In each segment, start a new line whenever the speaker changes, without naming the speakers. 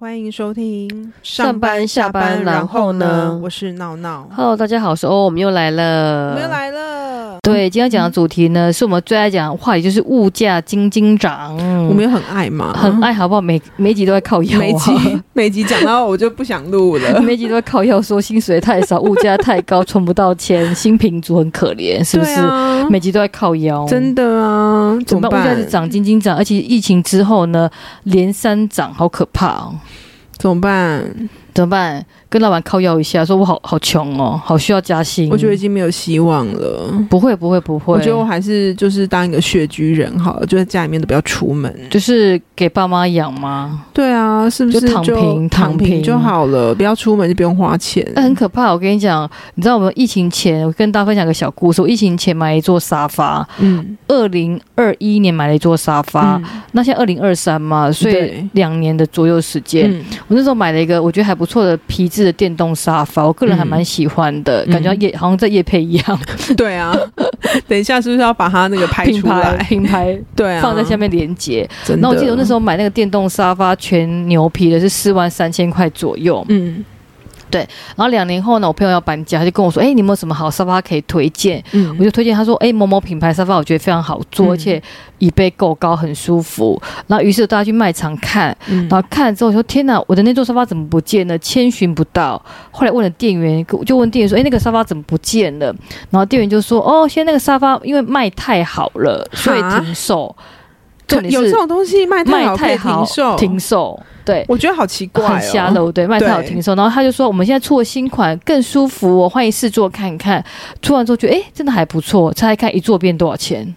欢迎收听
上班下班然后呢
我是闹闹，
Hello，大家好，我是哦欧，我们又来
我
了。
们又。来了。嗯
对，今天讲的主题呢，是我们最爱讲的话题，就是物价金金涨。
我们又很爱嘛，
很爱，好不好？每每集都在靠腰、啊，。
每集 每集讲到我就不想录了
每集都在靠腰，说薪水太少，物价太高，存不到钱，新品族很可怜， 是不
对
是？
啊，
每集都在靠腰，
真的啊，怎
怎
么
么办？物价是
办？
涨，金金涨，而且疫情之后呢，连三涨，好可怕哦！
怎么办？
怎么办？跟老板靠腰一下，说我好好穷哦，好需要加薪。
我觉得已经没有希望了。
不会，不会，不会。
我觉得我还是就是当一个穴居人好了，就在家里面都不要出门。
就是给爸妈养吗？
对啊，是不是
就躺平
躺
躺
平
平嗯
就好了？不要出门就不用花钱。
那很可怕，我跟你讲，你知道我们疫情前，我跟大家分享个小故事。我疫情前买了一座沙发，
嗯，
二零二一年买了一座沙发，
嗯
那现在二零二三嘛，所以
对
两年的左右时间。
嗯
我那时候买了一个我觉得还不错的皮质的电动沙发，我个人还蛮喜欢的，
嗯
感觉也好像在夜配一样，
对 啊，等一下是不是要把它那个拍
品
出
牌
来？
品牌
对啊，
放在下。面连接。
真的，
然后我记得我那时候买那个电动沙发全牛皮的，是四万三千块左右。
嗯
然后两年后呢，我朋友要搬家，他就跟我说：“哎、你有没有什么好沙发可以推荐？”
嗯
我就推荐他说：“哎、某某品牌沙发我觉得非常好坐，
嗯
而且椅背够高，很舒服。”然后于是大家去卖场看，
嗯
然后看了之后我说：“天哪，我的那座沙发怎么不见了？千寻不到。”后来问了店员，就问店员说：“哎、那个沙发怎么不见了？”然后店员就说：“哦，现在那个沙发因为卖太好了，所以
哈
停售。
可
重点
有这
是
种东西卖太
卖
好可以
太好
停售，
停售，对。”
我觉得好奇怪哦，
很瞎的，对，卖太好停售。然后他就说，我们现在出了新款，更舒服、哦，欢迎试坐看看。出完之后觉得，哎，真的还不错。猜猜看，一坐变多少钱？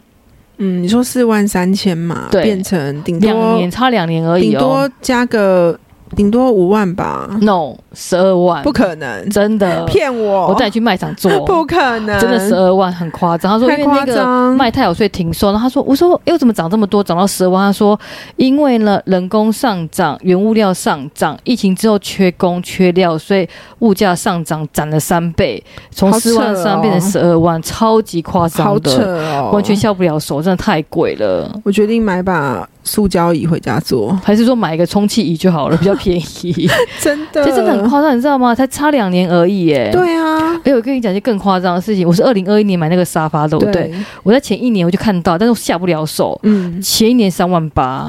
嗯，你说四万三千嘛，
对
变成顶
两
多
年，差两年而已
顶
哦
多。加个顶多五万吧，
No，十二万，
不可能，
真的。
骗我，
我带你去卖场坐，
哦 不可能，
真的十二万，很夸张。他说，因
太
为
夸
那个
张，
卖太好，所以停售。然后他说，我说，哎，我怎么涨这么多，涨到十万？他说，因为呢，人工上涨，原物料上涨，疫情之后缺工缺料，所以物价上涨，涨了三倍，从
好扯
十
哦
万三变成十二万，超级夸
好
张
扯
的，
哦，
完全。下不了手，真的太贵了。
我决定买把塑胶椅回家做，
还是说买一个充气椅就好了，比较便 宜。
真的，
这真的很夸张，你知道吗？才差两年而已，耶。。
对啊，
哎，我跟你讲一件更夸张的事情，我是二零二一年买那个沙发的，对不对？，我在前一年我就看到，但是我下不了手，
嗯，
前一年三万 八，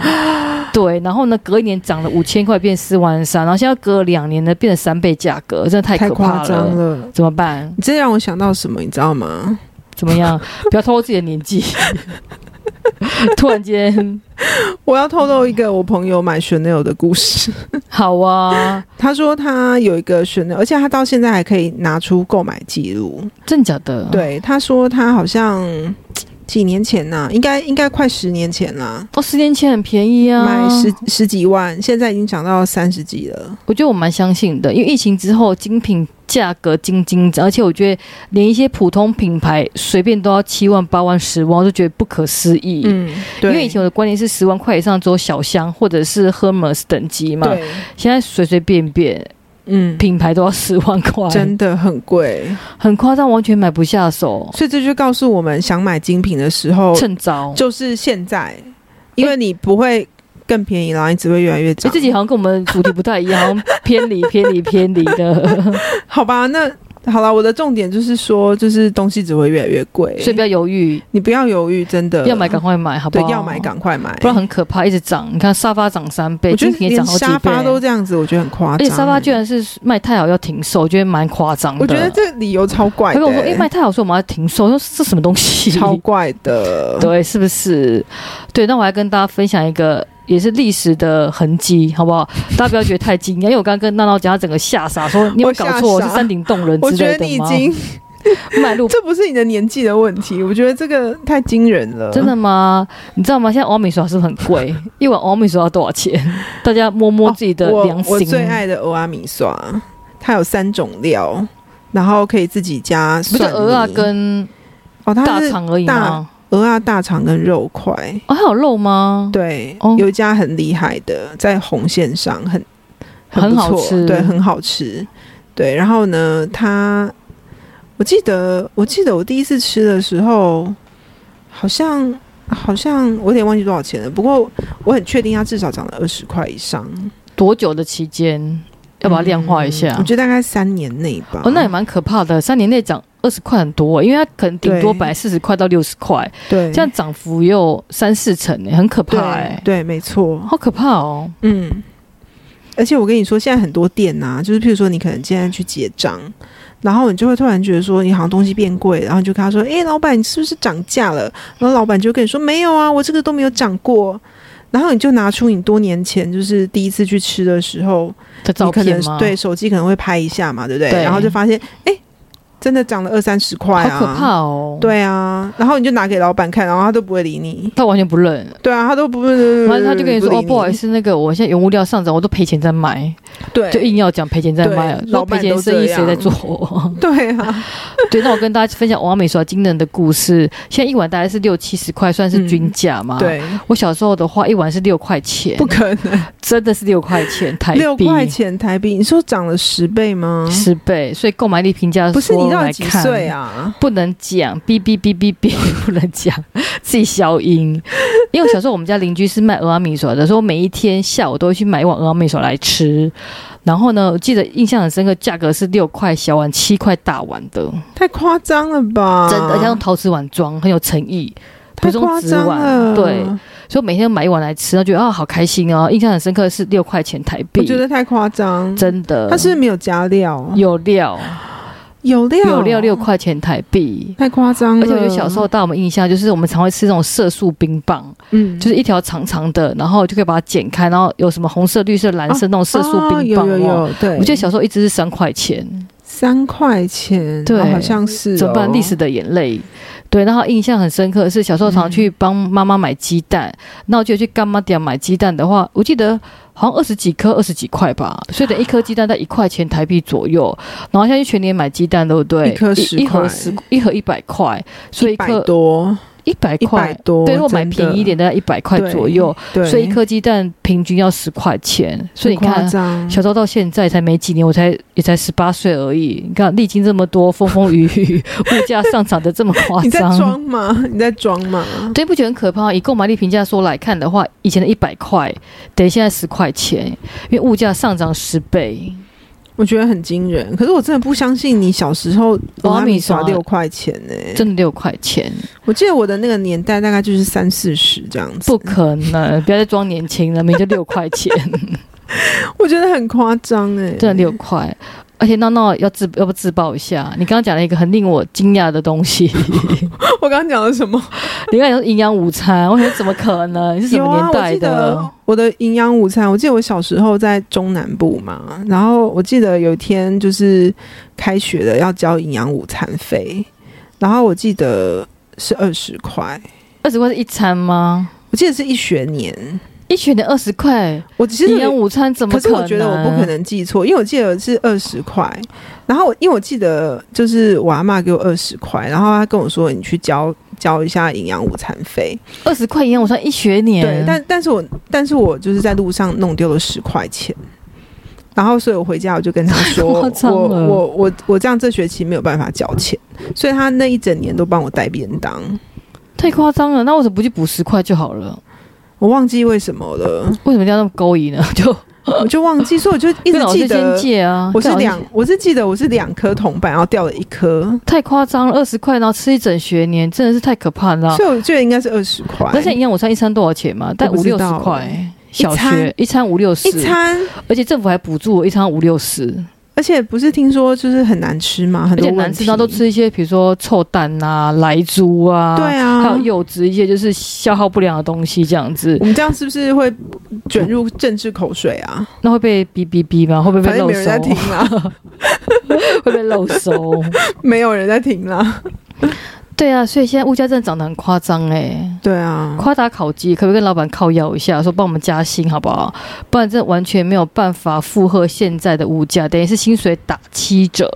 对，然后呢，隔一年涨了五千块，变四万三，然后现在隔两年呢，变成三倍价格，真的太
太
可怕
夸
了，
张了。
怎么办？
你这让我想到什么，你知道吗？
怎么 样？不要透露自己的年纪。突然间，
我要透露一个我朋友买 Chanel 的故事。
好啊，
他说他有一个 Chanel，而且他到现在还可以拿出购买记录。
真假的？，
对，他说他好像嘖几年前呐、应该应该快十年前啦，
哦，十年前很便宜啊，
买十十几万，现在已经涨到三十几了。
我觉得我蛮相信的，因为疫情之后精品价格精精涨，而且我觉得连一些普通品牌随便都要七万、八万、十万，我就觉得不可思议。
嗯，对，
因为以前我的观念是十万块以上只有小箱或者是 Hermes 等级嘛，
对，
现在随随便便
嗯，
品牌都要十万块，
真的很贵，
很夸张，完全买不下手。
所以这就告诉我们，想买精品的时候
趁早，
就是现在，因为你不会更便宜啦，你只会越来越
哎、
涨。
自己好像跟我们主题不太一样，好像偏离、偏离、偏离的，
好吧，那好了，我的重点就是说，就是东西只会越来越贵，
所以不要犹豫，
你不要犹豫，真的
要买赶快买，好不
呃对
好？，
要买，赶快买，
不然很可怕，一直涨。你看沙发涨三倍，
我觉
精
得
品也
连
涨好几
沙发都
倍，
这样子，我觉得很夸
而
张。
且沙发居然是卖太好要停售，我觉得蛮夸张的。
我觉得这理由超怪
他
的、欸
跟我说：“哎、卖太好，说我们要停售，我说这什么东西？”
超怪的，
对，是不是？ 对，那我还跟大家分享一个也是历史的痕迹，好不好？大家不要觉得太惊讶，因为我刚刚跟娜娜讲，她整个吓傻，说你有
我
没有
吓
搞错，
傻
是山顶洞人
我
之
觉
类
得你已
的吗？
经，
迈入。
这不是你的年纪的问题，我觉得这个太惊人了，
真的吗？你知道吗？现在欧米索是不是很贵？一碗欧米索要多少钱？大家摸摸自己的
哦我
良
我
心。
最爱的欧阿米刷，它有三种料，然后可以自己加
不是
蒜泥，
鹅啊跟
哦，它
大
是
肠而已吗？
鹅啊大肠跟肉块，
哦，还有肉吗？
对，
哦
有一家很厉害的，在红线上很
很
不
好
错
吃
对，很好吃，对。然后呢，它我记得我记得我第一次吃的时候，好像好像我有点忘记多少钱了，不过我很确定它至少涨了二十块以上，
多久的期间要把它量化一下？
嗯我觉得大概三年内吧。
哦，那也蛮可怕的，三年内涨二十块很多欸，因为它可能顶多
对
本来四十块到六十块，
对，
这样涨幅也有三四成欸，很可怕
对
哎，
对，没错，
好可怕哦。
嗯。而且我跟你说，现在很多店呐、就是譬如说，你可能现在去结账，然后你就会突然觉得说，你好像东西变贵，然后你就跟他说：“诶，老板，你是不是涨价了？”然后老板就跟你说：“没有啊，我这个都没有涨过。”然后你就拿出你多年前就是第一次去吃的时候，
的照
你可
片
能
吗？
对，手机可能会拍一下嘛，对不对？
对
然后就发现，哎、真的涨了二三十块
好
啊，
可怕哦。，
对啊，然后你就拿给老板看，然后他都不会理你。
他完全不认，
对啊，他都不，
然后他就跟你说：“
理
哦，不好意，思，那个我现在原物料上涨，我都赔钱在卖，
对，
就硬要讲赔钱在卖，
对
说
老
赔
板
钱
都
生意
这
谁在
样
做？”
对啊，
对，那我跟大家分享王美耍惊人的故事。现在一碗大概是六七十块，算是均价
嗯
嘛。，
对，
我小时候的话，一碗是六块钱，
不可能，
真的是六块钱台币，
六块钱台币，你说涨了十倍吗？
十倍，所以购买力评价
嗯不是，
说
你到
来
底几岁
看？
啊？
不能讲，哔哔哔哔哔， 不能讲，自己消音。因为我小时候我们家邻居是卖俄阿米索的，所以我每一天下午都会去买一碗俄阿米索来吃。然后呢，我记得印象很深刻，价格是六块小碗、七块大碗的，
太夸张了吧？
真的，而且用陶瓷碗装，很有诚意。
啊太夸张了，
不是用纸碗所以我每天都买一碗来吃，然后觉得啊好开心哦。印象很深刻的是六块钱台币，
我觉得太夸张。
真的，
它是不是没有加料，
有料，
有料，嗯
有料六，块钱台币。
太夸张了。
而且我觉得小时候，大家有没有印象，就是我们常会吃这种色素冰棒，
嗯，
就是一条长长的，然后就可以把它剪开，然后有什么红色、绿色、蓝色那种色素冰棒。
啊哦、有有
哦。
有，对，
我记得小时候一直是三块钱，
三块钱，
对
哦好像是、哦。
怎么办？历史的眼泪。对，然后印象很深刻的是小时候常去
嗯
帮妈妈买鸡蛋，那我就去干妈店买鸡蛋的话，我记得好像二十几颗、二十几块吧，所以等一颗鸡蛋在一块钱台币左右。然后现在去全年买鸡蛋，对不对？
一颗10
一盒
块
十，一盒一百块，所以
一
一
百
颗
多，
一百
一百
块。
多，
对，如果买
真的
便宜一，点，大概一百块左右，
对，
所以一颗鸡蛋平均要十块钱。所以你看
很夸，张
小昭到现在才没几年，我才也才十八岁而已。你看，历经这么多风风雨雨，物价上涨的这么夸
你在
张，
装吗？ 你在装吗？
对，不觉得很可怕？以购买力评价说来看的话，以前的一百块等于现在十块钱，因为物价上涨十倍。
我觉得很惊人，可是我真的不相信你小时候
娃
拉
米
米耍
耍
六块钱呢、
真的六块钱，
我记得我的那个年代大概就是三四十这样子，
不可能！不要再装年轻了，明明就六块钱，
我觉得很夸张哎，
真的六块。而且闹哎闹要自要不自爆一下？你刚刚讲了一个很令我惊讶的东西，
我刚刚讲了什么？
你刚刚讲营养午餐，我想怎么可能？你是什
有
么
啊，
年
我
代
记
的？
得我的营养午餐，我记得我小时候在中南部嘛，然后我记得有一天就是开学了要交营养午餐费，然后我记得是二十块，
二十块是一餐吗？
我记得是一学年，
一学年二十块，
我其实
营养午餐怎么
可是
能？
我觉得我不可。能记错，因为我记得是二十块，然后我因为我记得就是我阿妈给我二十块，然后她跟我说你去交交一下营养午餐费，
二十块营养午餐一学年，
对，但但是我但是我就是在路上弄丢了十块钱，然后所以我回家我就跟他说
太夸，张
我
了
我我我这样这学期没有办法交钱，所以他那一整年都帮我带便当，
太夸张了。那为什么不去补十块就好了？
我忘记为什么了，
为什么一定要那么勾引呢？ 就
我就忘记，所以我就一
跟
直
老
记
师先
得
借啊。
我是
跟老师
两我是记得我是两颗铜板，然后掉了一颗，
太夸张了，二十块然后吃一整学年，真的是太可怕了。
所以我觉得应该是二十块，
那现在营养午餐一餐多少钱嘛？但
我
五
不知
六
道
十块，小学
餐
一餐五六
一
十，
餐，
而且政府还补助我一餐五六十，
而且不是听说就是很难吃吗？很
而
多
且难吃，
问题
然后都。吃一些比如说臭蛋啊、莱猪啊，
对啊，
还有柚子一些就是消耗不良的东西这样子
我，们这样是不是会卷入政治口水啊？
那会被哔哔哔吗？会不会
反
被
正
漏
没有人
收
在？听啦，
会被漏收？
没有人在听啦。
对啊，所以现在物价真的涨得很夸张哎。
对啊，
夸大烤鸡，可不可以跟老板靠要一下，说帮我们加薪好不好？不然真的完全没有办法负荷现在的物价，等于是薪水打七折，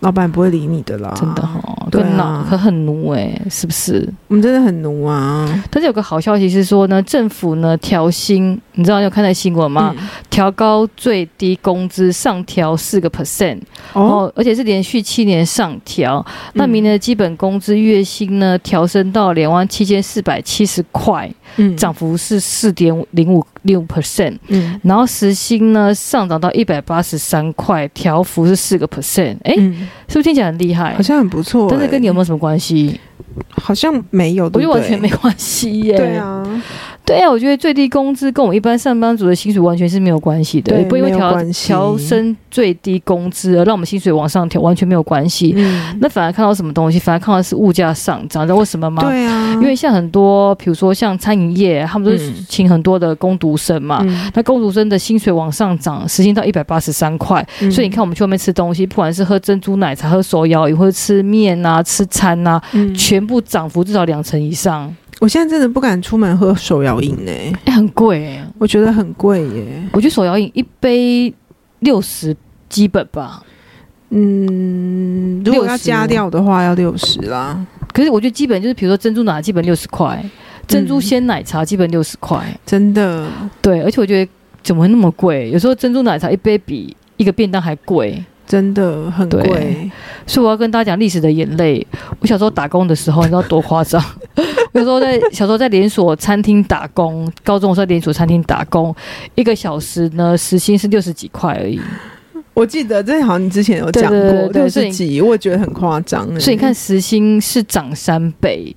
老板不会理你的啦，
真的哈、哦，
对啊
跟老可很奴哎、是不是？
我们真的很奴啊。
但是有个好消息是说呢，政府呢调薪，你知道你有看到新闻吗？
嗯
调高最低工资上调四个 percent，
哦，
哦，而且是连续七年上调。那
嗯
明年的基本工资月薪呢，调升到两万七千四百七十块，
嗯
涨幅是四点零五六 percent，
嗯
然后时薪呢上涨到一百八十三块，调幅是四个 percent，哎，
嗯，
是不是听起来很厉害
好？像很不错、欸，欸
但是跟你有没有什么关系？
好像没有，
我觉
对
得
不对
完全没关系耶。
对，啊，
对啊，我觉得最低工资跟我们一般上班族的薪水完全是没有关系的，
对
也啊不因为
没有
调
关系
调升最低工资而让我们薪水往上调，完全没有关系。
嗯，
那反而看到什么东西？反而看到的是物价上涨，你知道为什么吗？
对啊，
因为像很多，比如说像餐饮业，他们都是
嗯
请很多的工读生嘛。
嗯
那工读生的薪水往上涨，时薪到一百八十三块，
嗯
所以你看我们去外面吃东西，不管是喝珍珠奶茶、喝手摇饮，或者吃面啊、吃餐啊，
嗯
全部涨幅至少两成以上，
我现在真的不敢出门喝手摇饮呢，
哎、很贵欸
我觉得很贵耶。
我觉得手摇饮一杯六十基本吧，
嗯，如果要
60
加掉的话，要六十啦。
可是我觉得基本就是比如说珍珠奶茶基本六十
嗯
块，珍珠鲜奶茶基本六十块，
真的，
对，而且我觉得怎么会那么贵？有时候珍珠奶茶一杯比一个便当还贵，
真的很
对
贵。
所以我要跟大家讲历史的眼泪。我小时候打工的时候，你知道多夸张？ 我有时候在小时候在连锁餐厅打工，高中的时候在连锁餐厅打工，一个小时呢时薪是六十几块而已。
我记得这好像你之前有讲
对对
过
对对
六
所以
十几，我也觉得很夸张嗯耶。
所以你看时薪是涨三倍。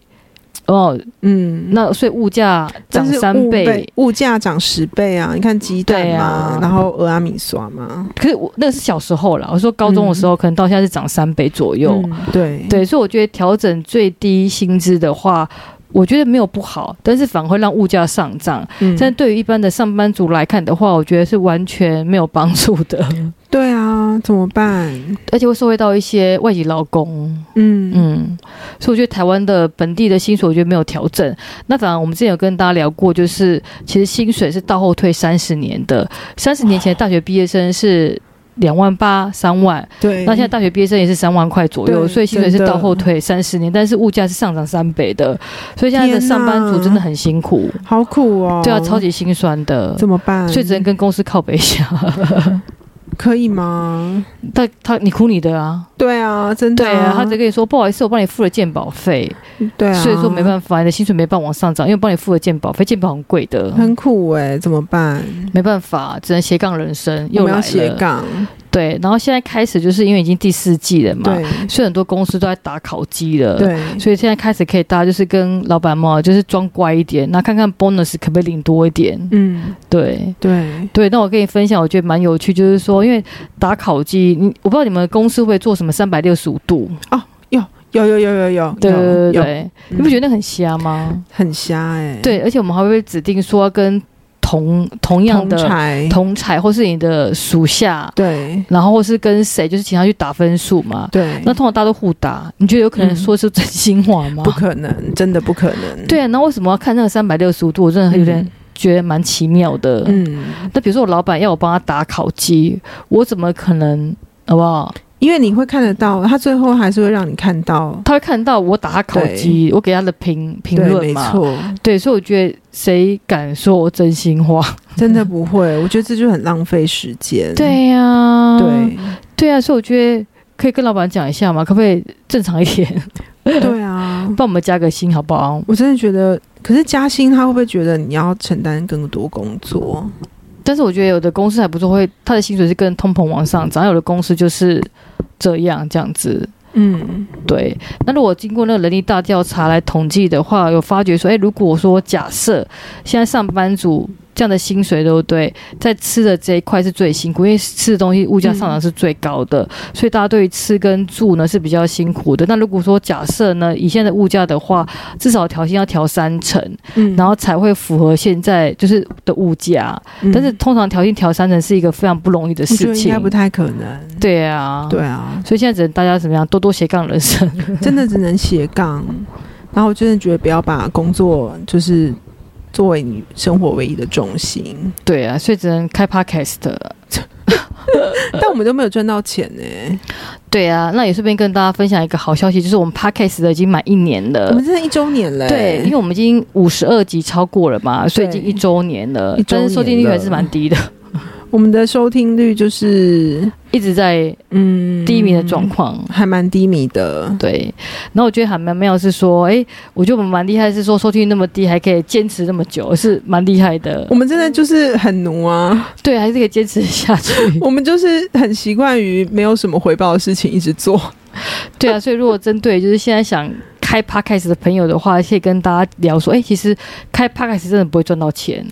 哦，
嗯，
那所以物价涨
但是
三
物
倍，
物价涨十倍啊！你看鸡蛋
对
嘛，
啊
然后俄阿米刷嘛，
可是我那个是小时候啦，我说高中的时候，可能到现在是涨三倍左右。
嗯对，
对，所以我觉得调整最低薪资的话，我觉得没有不好，但是反而会让物价上涨。
嗯
但对于一般的上班族来看的话，我觉得是完全没有帮助的，
对啊，怎么办？
而且会受惠到一些外籍劳工。
嗯嗯
嗯，所以我觉得台湾的本地的薪水，我觉得没有调整。那反而我们之前有跟大家聊过，就是其实薪水是倒后退三十年的，三十年前的大学毕业生是两万八、三万，
对，
那现在大学毕业生也是三万块左右，
对
所以薪水是
真的
倒后退三十年，但是物价是上涨三倍的，所以现在的
天哪
上班族真的很辛苦，
好苦哦，
对啊，超级心酸的。
怎么办？
所以只能跟公司靠北一 下，
可以吗？
他他你哭你的啊，
对啊，真的
对啊，他只跟你说不好意思，我帮你付了健保费，
对啊，
所以说没
法，
办法，你的薪水没办法往上涨，因为我帮你付了健保费，健保很贵的，
很苦哎，怎么办？
没办法，只能斜杠人生，
我
又
们
来
要
了。
斜杠，
对，然后现在开始就是因为已经第四季了嘛，
对
所以很多公司都在打烤鸡了。。
对，
所以现在开始可以大家就是跟老板嘛，就是装乖一点，那看看 bonus 可不可以领多一点。
嗯，
对
对，
对，那我跟你分享，我觉得蛮有趣，就是说，因为打烤鸡，你我不知道你们公司会做什么三百六十五度，
有有有有有，
对对对
有，
对，你不觉
得
得那很瞎吗？
很瞎哎？
对，而且我们还会指定说要跟同同样
同
的
才，
同才或是你的属下，
对
然后或是跟谁，就是请他去打分数嘛。
对，
那通常大家都互打，你觉得有可能
嗯
说是真心话吗？
不可能，真的不可能。
对啊，那为什么要看那个三百六十五度？我真的有点
嗯
觉得蛮奇妙的。嗯，
嗯，
那比如说我老板要我帮他打烤鸡，我怎么可能好不好？
因为你会看得到，他最后还是会让你看到
他会看到我打他烤鸡，我给他的评评
对
论
没
嘛。
错，
对，所以我觉得谁敢说我真心话？
真的不会。我觉得这就很浪费时间。
对呀、
对
对啊，所以我觉得可以跟老板讲一下嘛，可不可以正常一点，
对啊，
帮我们加个薪好不好？
我真的觉得，可是嘉兴他会不会觉得你要承担更多工作？
但是我觉得有的公司还不错，会他的薪水是跟通膨往上涨，有的公司就是这样这样子。
嗯，
对，那如果经过那个人力大调查来统计的话，有发觉说，哎，如果说假设现在上班族这样的薪水，对不对？在吃的这一块是最辛苦，因为吃的东西物价上涨是最高的，所以大家对于吃跟住呢是比较辛苦的。那如果说假设呢，以现在的物价的话，至少调薪要调三成，
嗯
然后才会符合现在就是的物价。
嗯
但是通常调薪调三成是一个非常不容易的
我觉
事
得应
情
该，不太可能。
对啊，
对。啊，
所以现在只能大家怎么样多多斜杠人生，
真的只能斜杠。然后我真的觉得不要把工作就是作为你生活唯一的重心，
对啊，所以只能开 podcast。呃
但我们都没有赚到钱呢、
对啊，那也顺便跟大家分享一个好消息，就是我们 podcast 的已经满一年
我
了
们。真的一周年欸嘞、
对，因为我们已经五十二集超过了嘛，所以已经
对
一周年了
一，周
但
年了
是收听率还是蛮低的。
我们的收听率就是
一直在
嗯
低迷的状，况。
还蛮低迷的。
对，然后我觉得还蛮妙是说，哎，我觉得我们蛮厉害，是说收听率那么低还可以坚持那么久，是蛮厉害的
我。们真的就是很奴啊，
对，还是可以坚持下去。
我们就是很习惯于没有什么回报的事情一直做。
对啊，所以如果针对就是现在想开 podcast 的朋友的话，可以跟大家聊说，哎，其实开 podcast 真的不会赚到钱，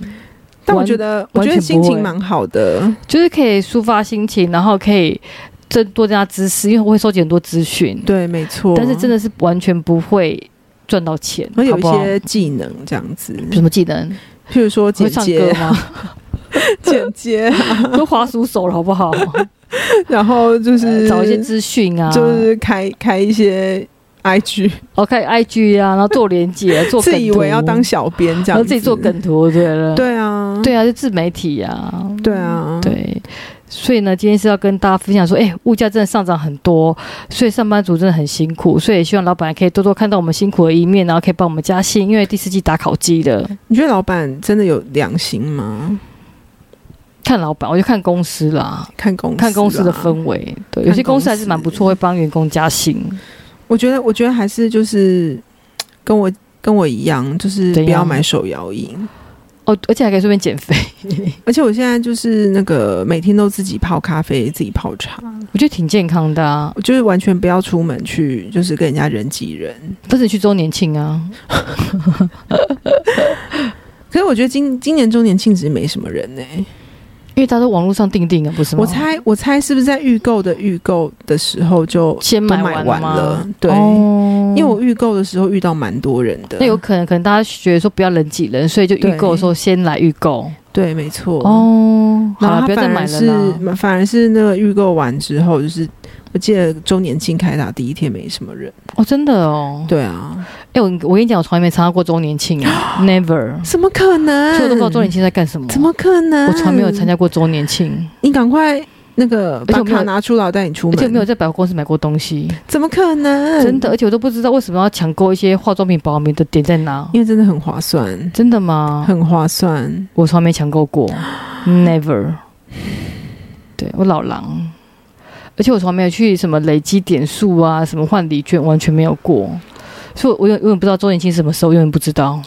但我
完
觉得，我
完
觉得
全
心
不
情
会
蛮好的。
就是可以抒发心情，然后可以增多加知识，因为我会收集很多资讯，
对，没错。
但是真
的，
的是完全不会赚到钱，
我有
好
一
不好？
些技能这样子，
有什么技能？
譬如说
会
剪
唱歌
接、
吗？
剪接，
都滑鼠手了，好不好？
然后就是
呃找一些资讯啊，
就是开开一些 IG，
哦，开 IG 啊，然后做连接，做梗
自
图
以为要当，小编这样
然后
子，
自己做梗图，对了，
对啊，
对啊，就自媒体啊，
对啊，
对，所以呢，今天是要跟大家分享说，哎、物价真的上涨很多，所以上班族真的很辛苦，所以也希望老板可以多多看到我们辛苦的一面，然后可以帮我们加薪，因为第四季打烤鸡的，
你觉得老板真的有良心吗？
看老板，我就看公司啦，
看公司，
看公司的，氛围，对，有些公司还是蛮不错，会帮员工加薪，
我觉得，我觉得还是就是跟我跟我一样，就是
怎样
不要买手摇饮。
哦，而且还可以顺便减肥，
而且我现在就是那个每天都自己泡咖啡，自己泡茶，
我觉得挺健康的啊，
我就是完全不要出门去，就是跟人家人挤人。
不是去周年庆啊，
可是我觉得今今年周年庆其实没什么人呢、
因为大家都网络上订订啊，不是吗？
我猜我猜是不是在预购的预购的时候就
先
都
买
买
完
完
了
了
吗，
对
哦
因为我呃预购的时候遇到蛮多人的，
那有可能，可能大家觉得说不要人挤人，所以就预购的时候先来预购
对，没错。
哦。好
然
了，
后他
不要再
反而
买了
是
啦。
反而是那个预购完之后，就是我记得周年庆开打第一天没什么人。
哦，真的哦。
对啊，
哎、我我跟你讲，我从来没参加过周年庆 啊，never。
怎么可能？
所以我都不知道周年庆在干什么。
怎么？可能？
我从来没有参。加过周年庆，
你赶快那个
而且
把
我没有
卡拿出来，我带你出
而且我嗯
门。
没有在百货公司买过东西，
怎么可能？
真的。，而且我都不知道为什么要抢购一些化妆品、保养品的点在哪。
因为真的很划算，
真的吗？
很划算。
我从来没抢购 过，never。对我老狼，而且我从来没有去什么累积点数啊，什么换礼券，完全没有过。所以我，我永永远不知道周年庆什么时候，永远不知道。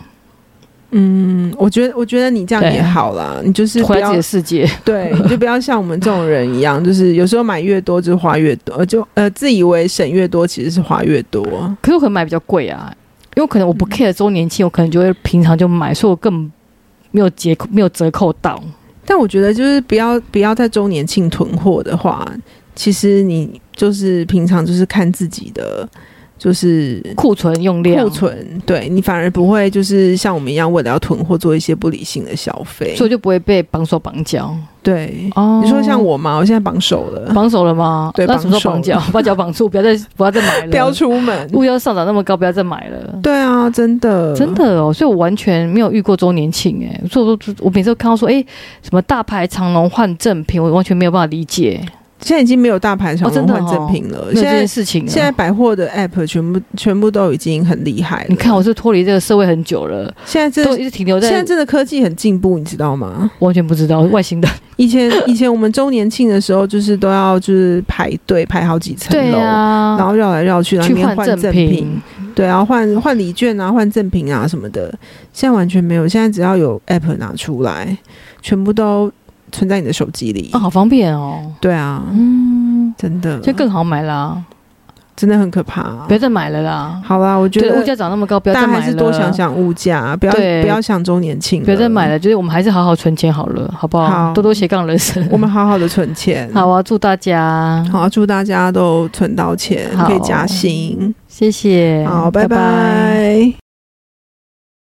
嗯，我觉得我觉得你这样
对
也好啦，你就是不
回
要
到自己的世界，
对，你就不要像我们这种人一样，就是有时候买越多就花越多，呃就呃自以为省越多，其实是花越多。
可是我可能买比较贵啊，因为我可能我不 care 周年庆，我可能就会平常就买，所以我更没有折扣，没有折扣到。
但我觉得就是不要不要在周年庆囤货的话，其实你就是平常就是看自己的就是
库存用量，
库存，对你反而不会就是像我们一样为了要囤货做一些不理性的消费
所以。我就不会被绑手绑脚。
对，
哦
你说像我嘛，我现在绑手了，
绑手了吗？
对
那什么时候绑
绑手
脚？ 把脚绑住，不要再不要再 买了，
不要出门。
物价上涨那么高，不要再买了。
对啊，真的，
真的哦，所以我完全没有遇过周年庆哎，所以我都我每次都看到说，哎、什么大牌长龙换赠品，我完全没有办法理解，
现在已经没有大牌
哦
长
真
龙换
的哦
正品了，
没有
现
这
在
件事情了。啊
现在百货的 app 全部全部都已经很厉害了。
你看，我是脱离这个社会很久了，
现在
都
这
一直停留
现在
在
真的科技很进步，你知道 吗？
完全不知道 外星的。
以前以前我们周年庆的时候，就是都要就是排队排好几层
对
楼。
啊，
然后绕来绕去，然后
去
里面换
换
赠
赠
品，，对，然后换换礼券啊，换赠品啊什么的，现在完全没有。现在只要有 app 拿出来，全部都存在你的手机里。
啊，好方便哦，
对啊，
嗯，
真的，
就更好买啦，
真的很可怕、啊
不。要再买了啦。
好啦，我觉
对，物
得
价涨那么高，不要
大
再
家
买了。
还是多想想物价，啊不要
对
不要想周年庆，
不要再买了，就是我们还是好好存钱好了，好不好？
好
多多斜杠人生。
我们好好的存钱。
好啊，祝大家
好，祝大家都存到钱，
好
可以加薪。
谢谢，
好，拜拜。
拜